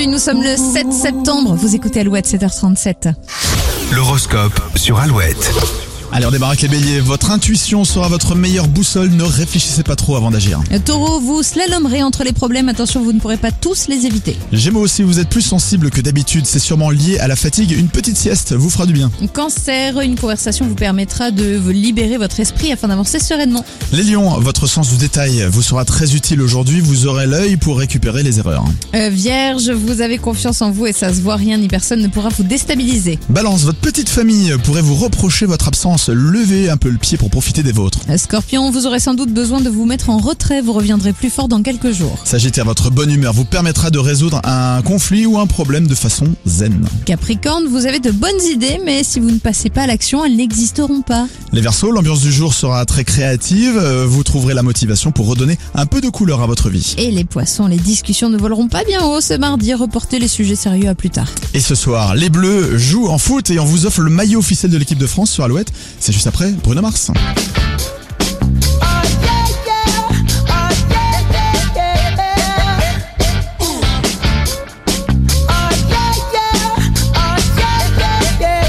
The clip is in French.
Aujourd'hui, nous sommes le 7 septembre. Vous écoutez Alouette 7h37. L'horoscope sur Alouette. Allez, on débarque les béliers. Votre intuition sera votre meilleure boussole. Ne réfléchissez pas trop avant d'agir. Le Euh, Taureau, vous slalomerez entre les problèmes. Attention, vous ne pourrez pas tous les éviter. Gémeaux aussi, vous êtes plus sensible que d'habitude. C'est sûrement lié à la fatigue. Une petite sieste vous fera du bien. Cancer, une conversation vous permettra de vous libérer votre esprit afin d'avancer sereinement. Les lions, votre sens du détail vous sera très utile aujourd'hui. Vous aurez l'œil pour récupérer les erreurs. Euh, Vierge, vous avez confiance en vous et ça se voit, rien ni personne ne pourra vous déstabiliser. Balance, votre petite famille pourrait vous reprocher votre absence. Levez un peu le pied pour profiter des vôtres. Euh, Scorpion, vous aurez sans doute besoin de vous mettre en retrait. Vous reviendrez plus fort dans quelques jours. Sagittaire, votre bonne humeur vous permettra de résoudre un conflit ou un problème de façon zen. Capricorne, vous avez de bonnes idées, mais si vous ne passez pas à l'action, elles n'existeront pas. Les Verseaux, l'ambiance du jour sera très créative. Euh, Vous trouverez la motivation pour redonner un peu de couleur à votre vie. Et les poissons, les discussions ne voleront pas bien haut ce mardi. Reportez les sujets sérieux à plus tard. Et ce soir, les Bleus jouent en foot et on vous offre le maillot officiel de l'équipe de France sur Alouette. C'est juste après Bruno Mars.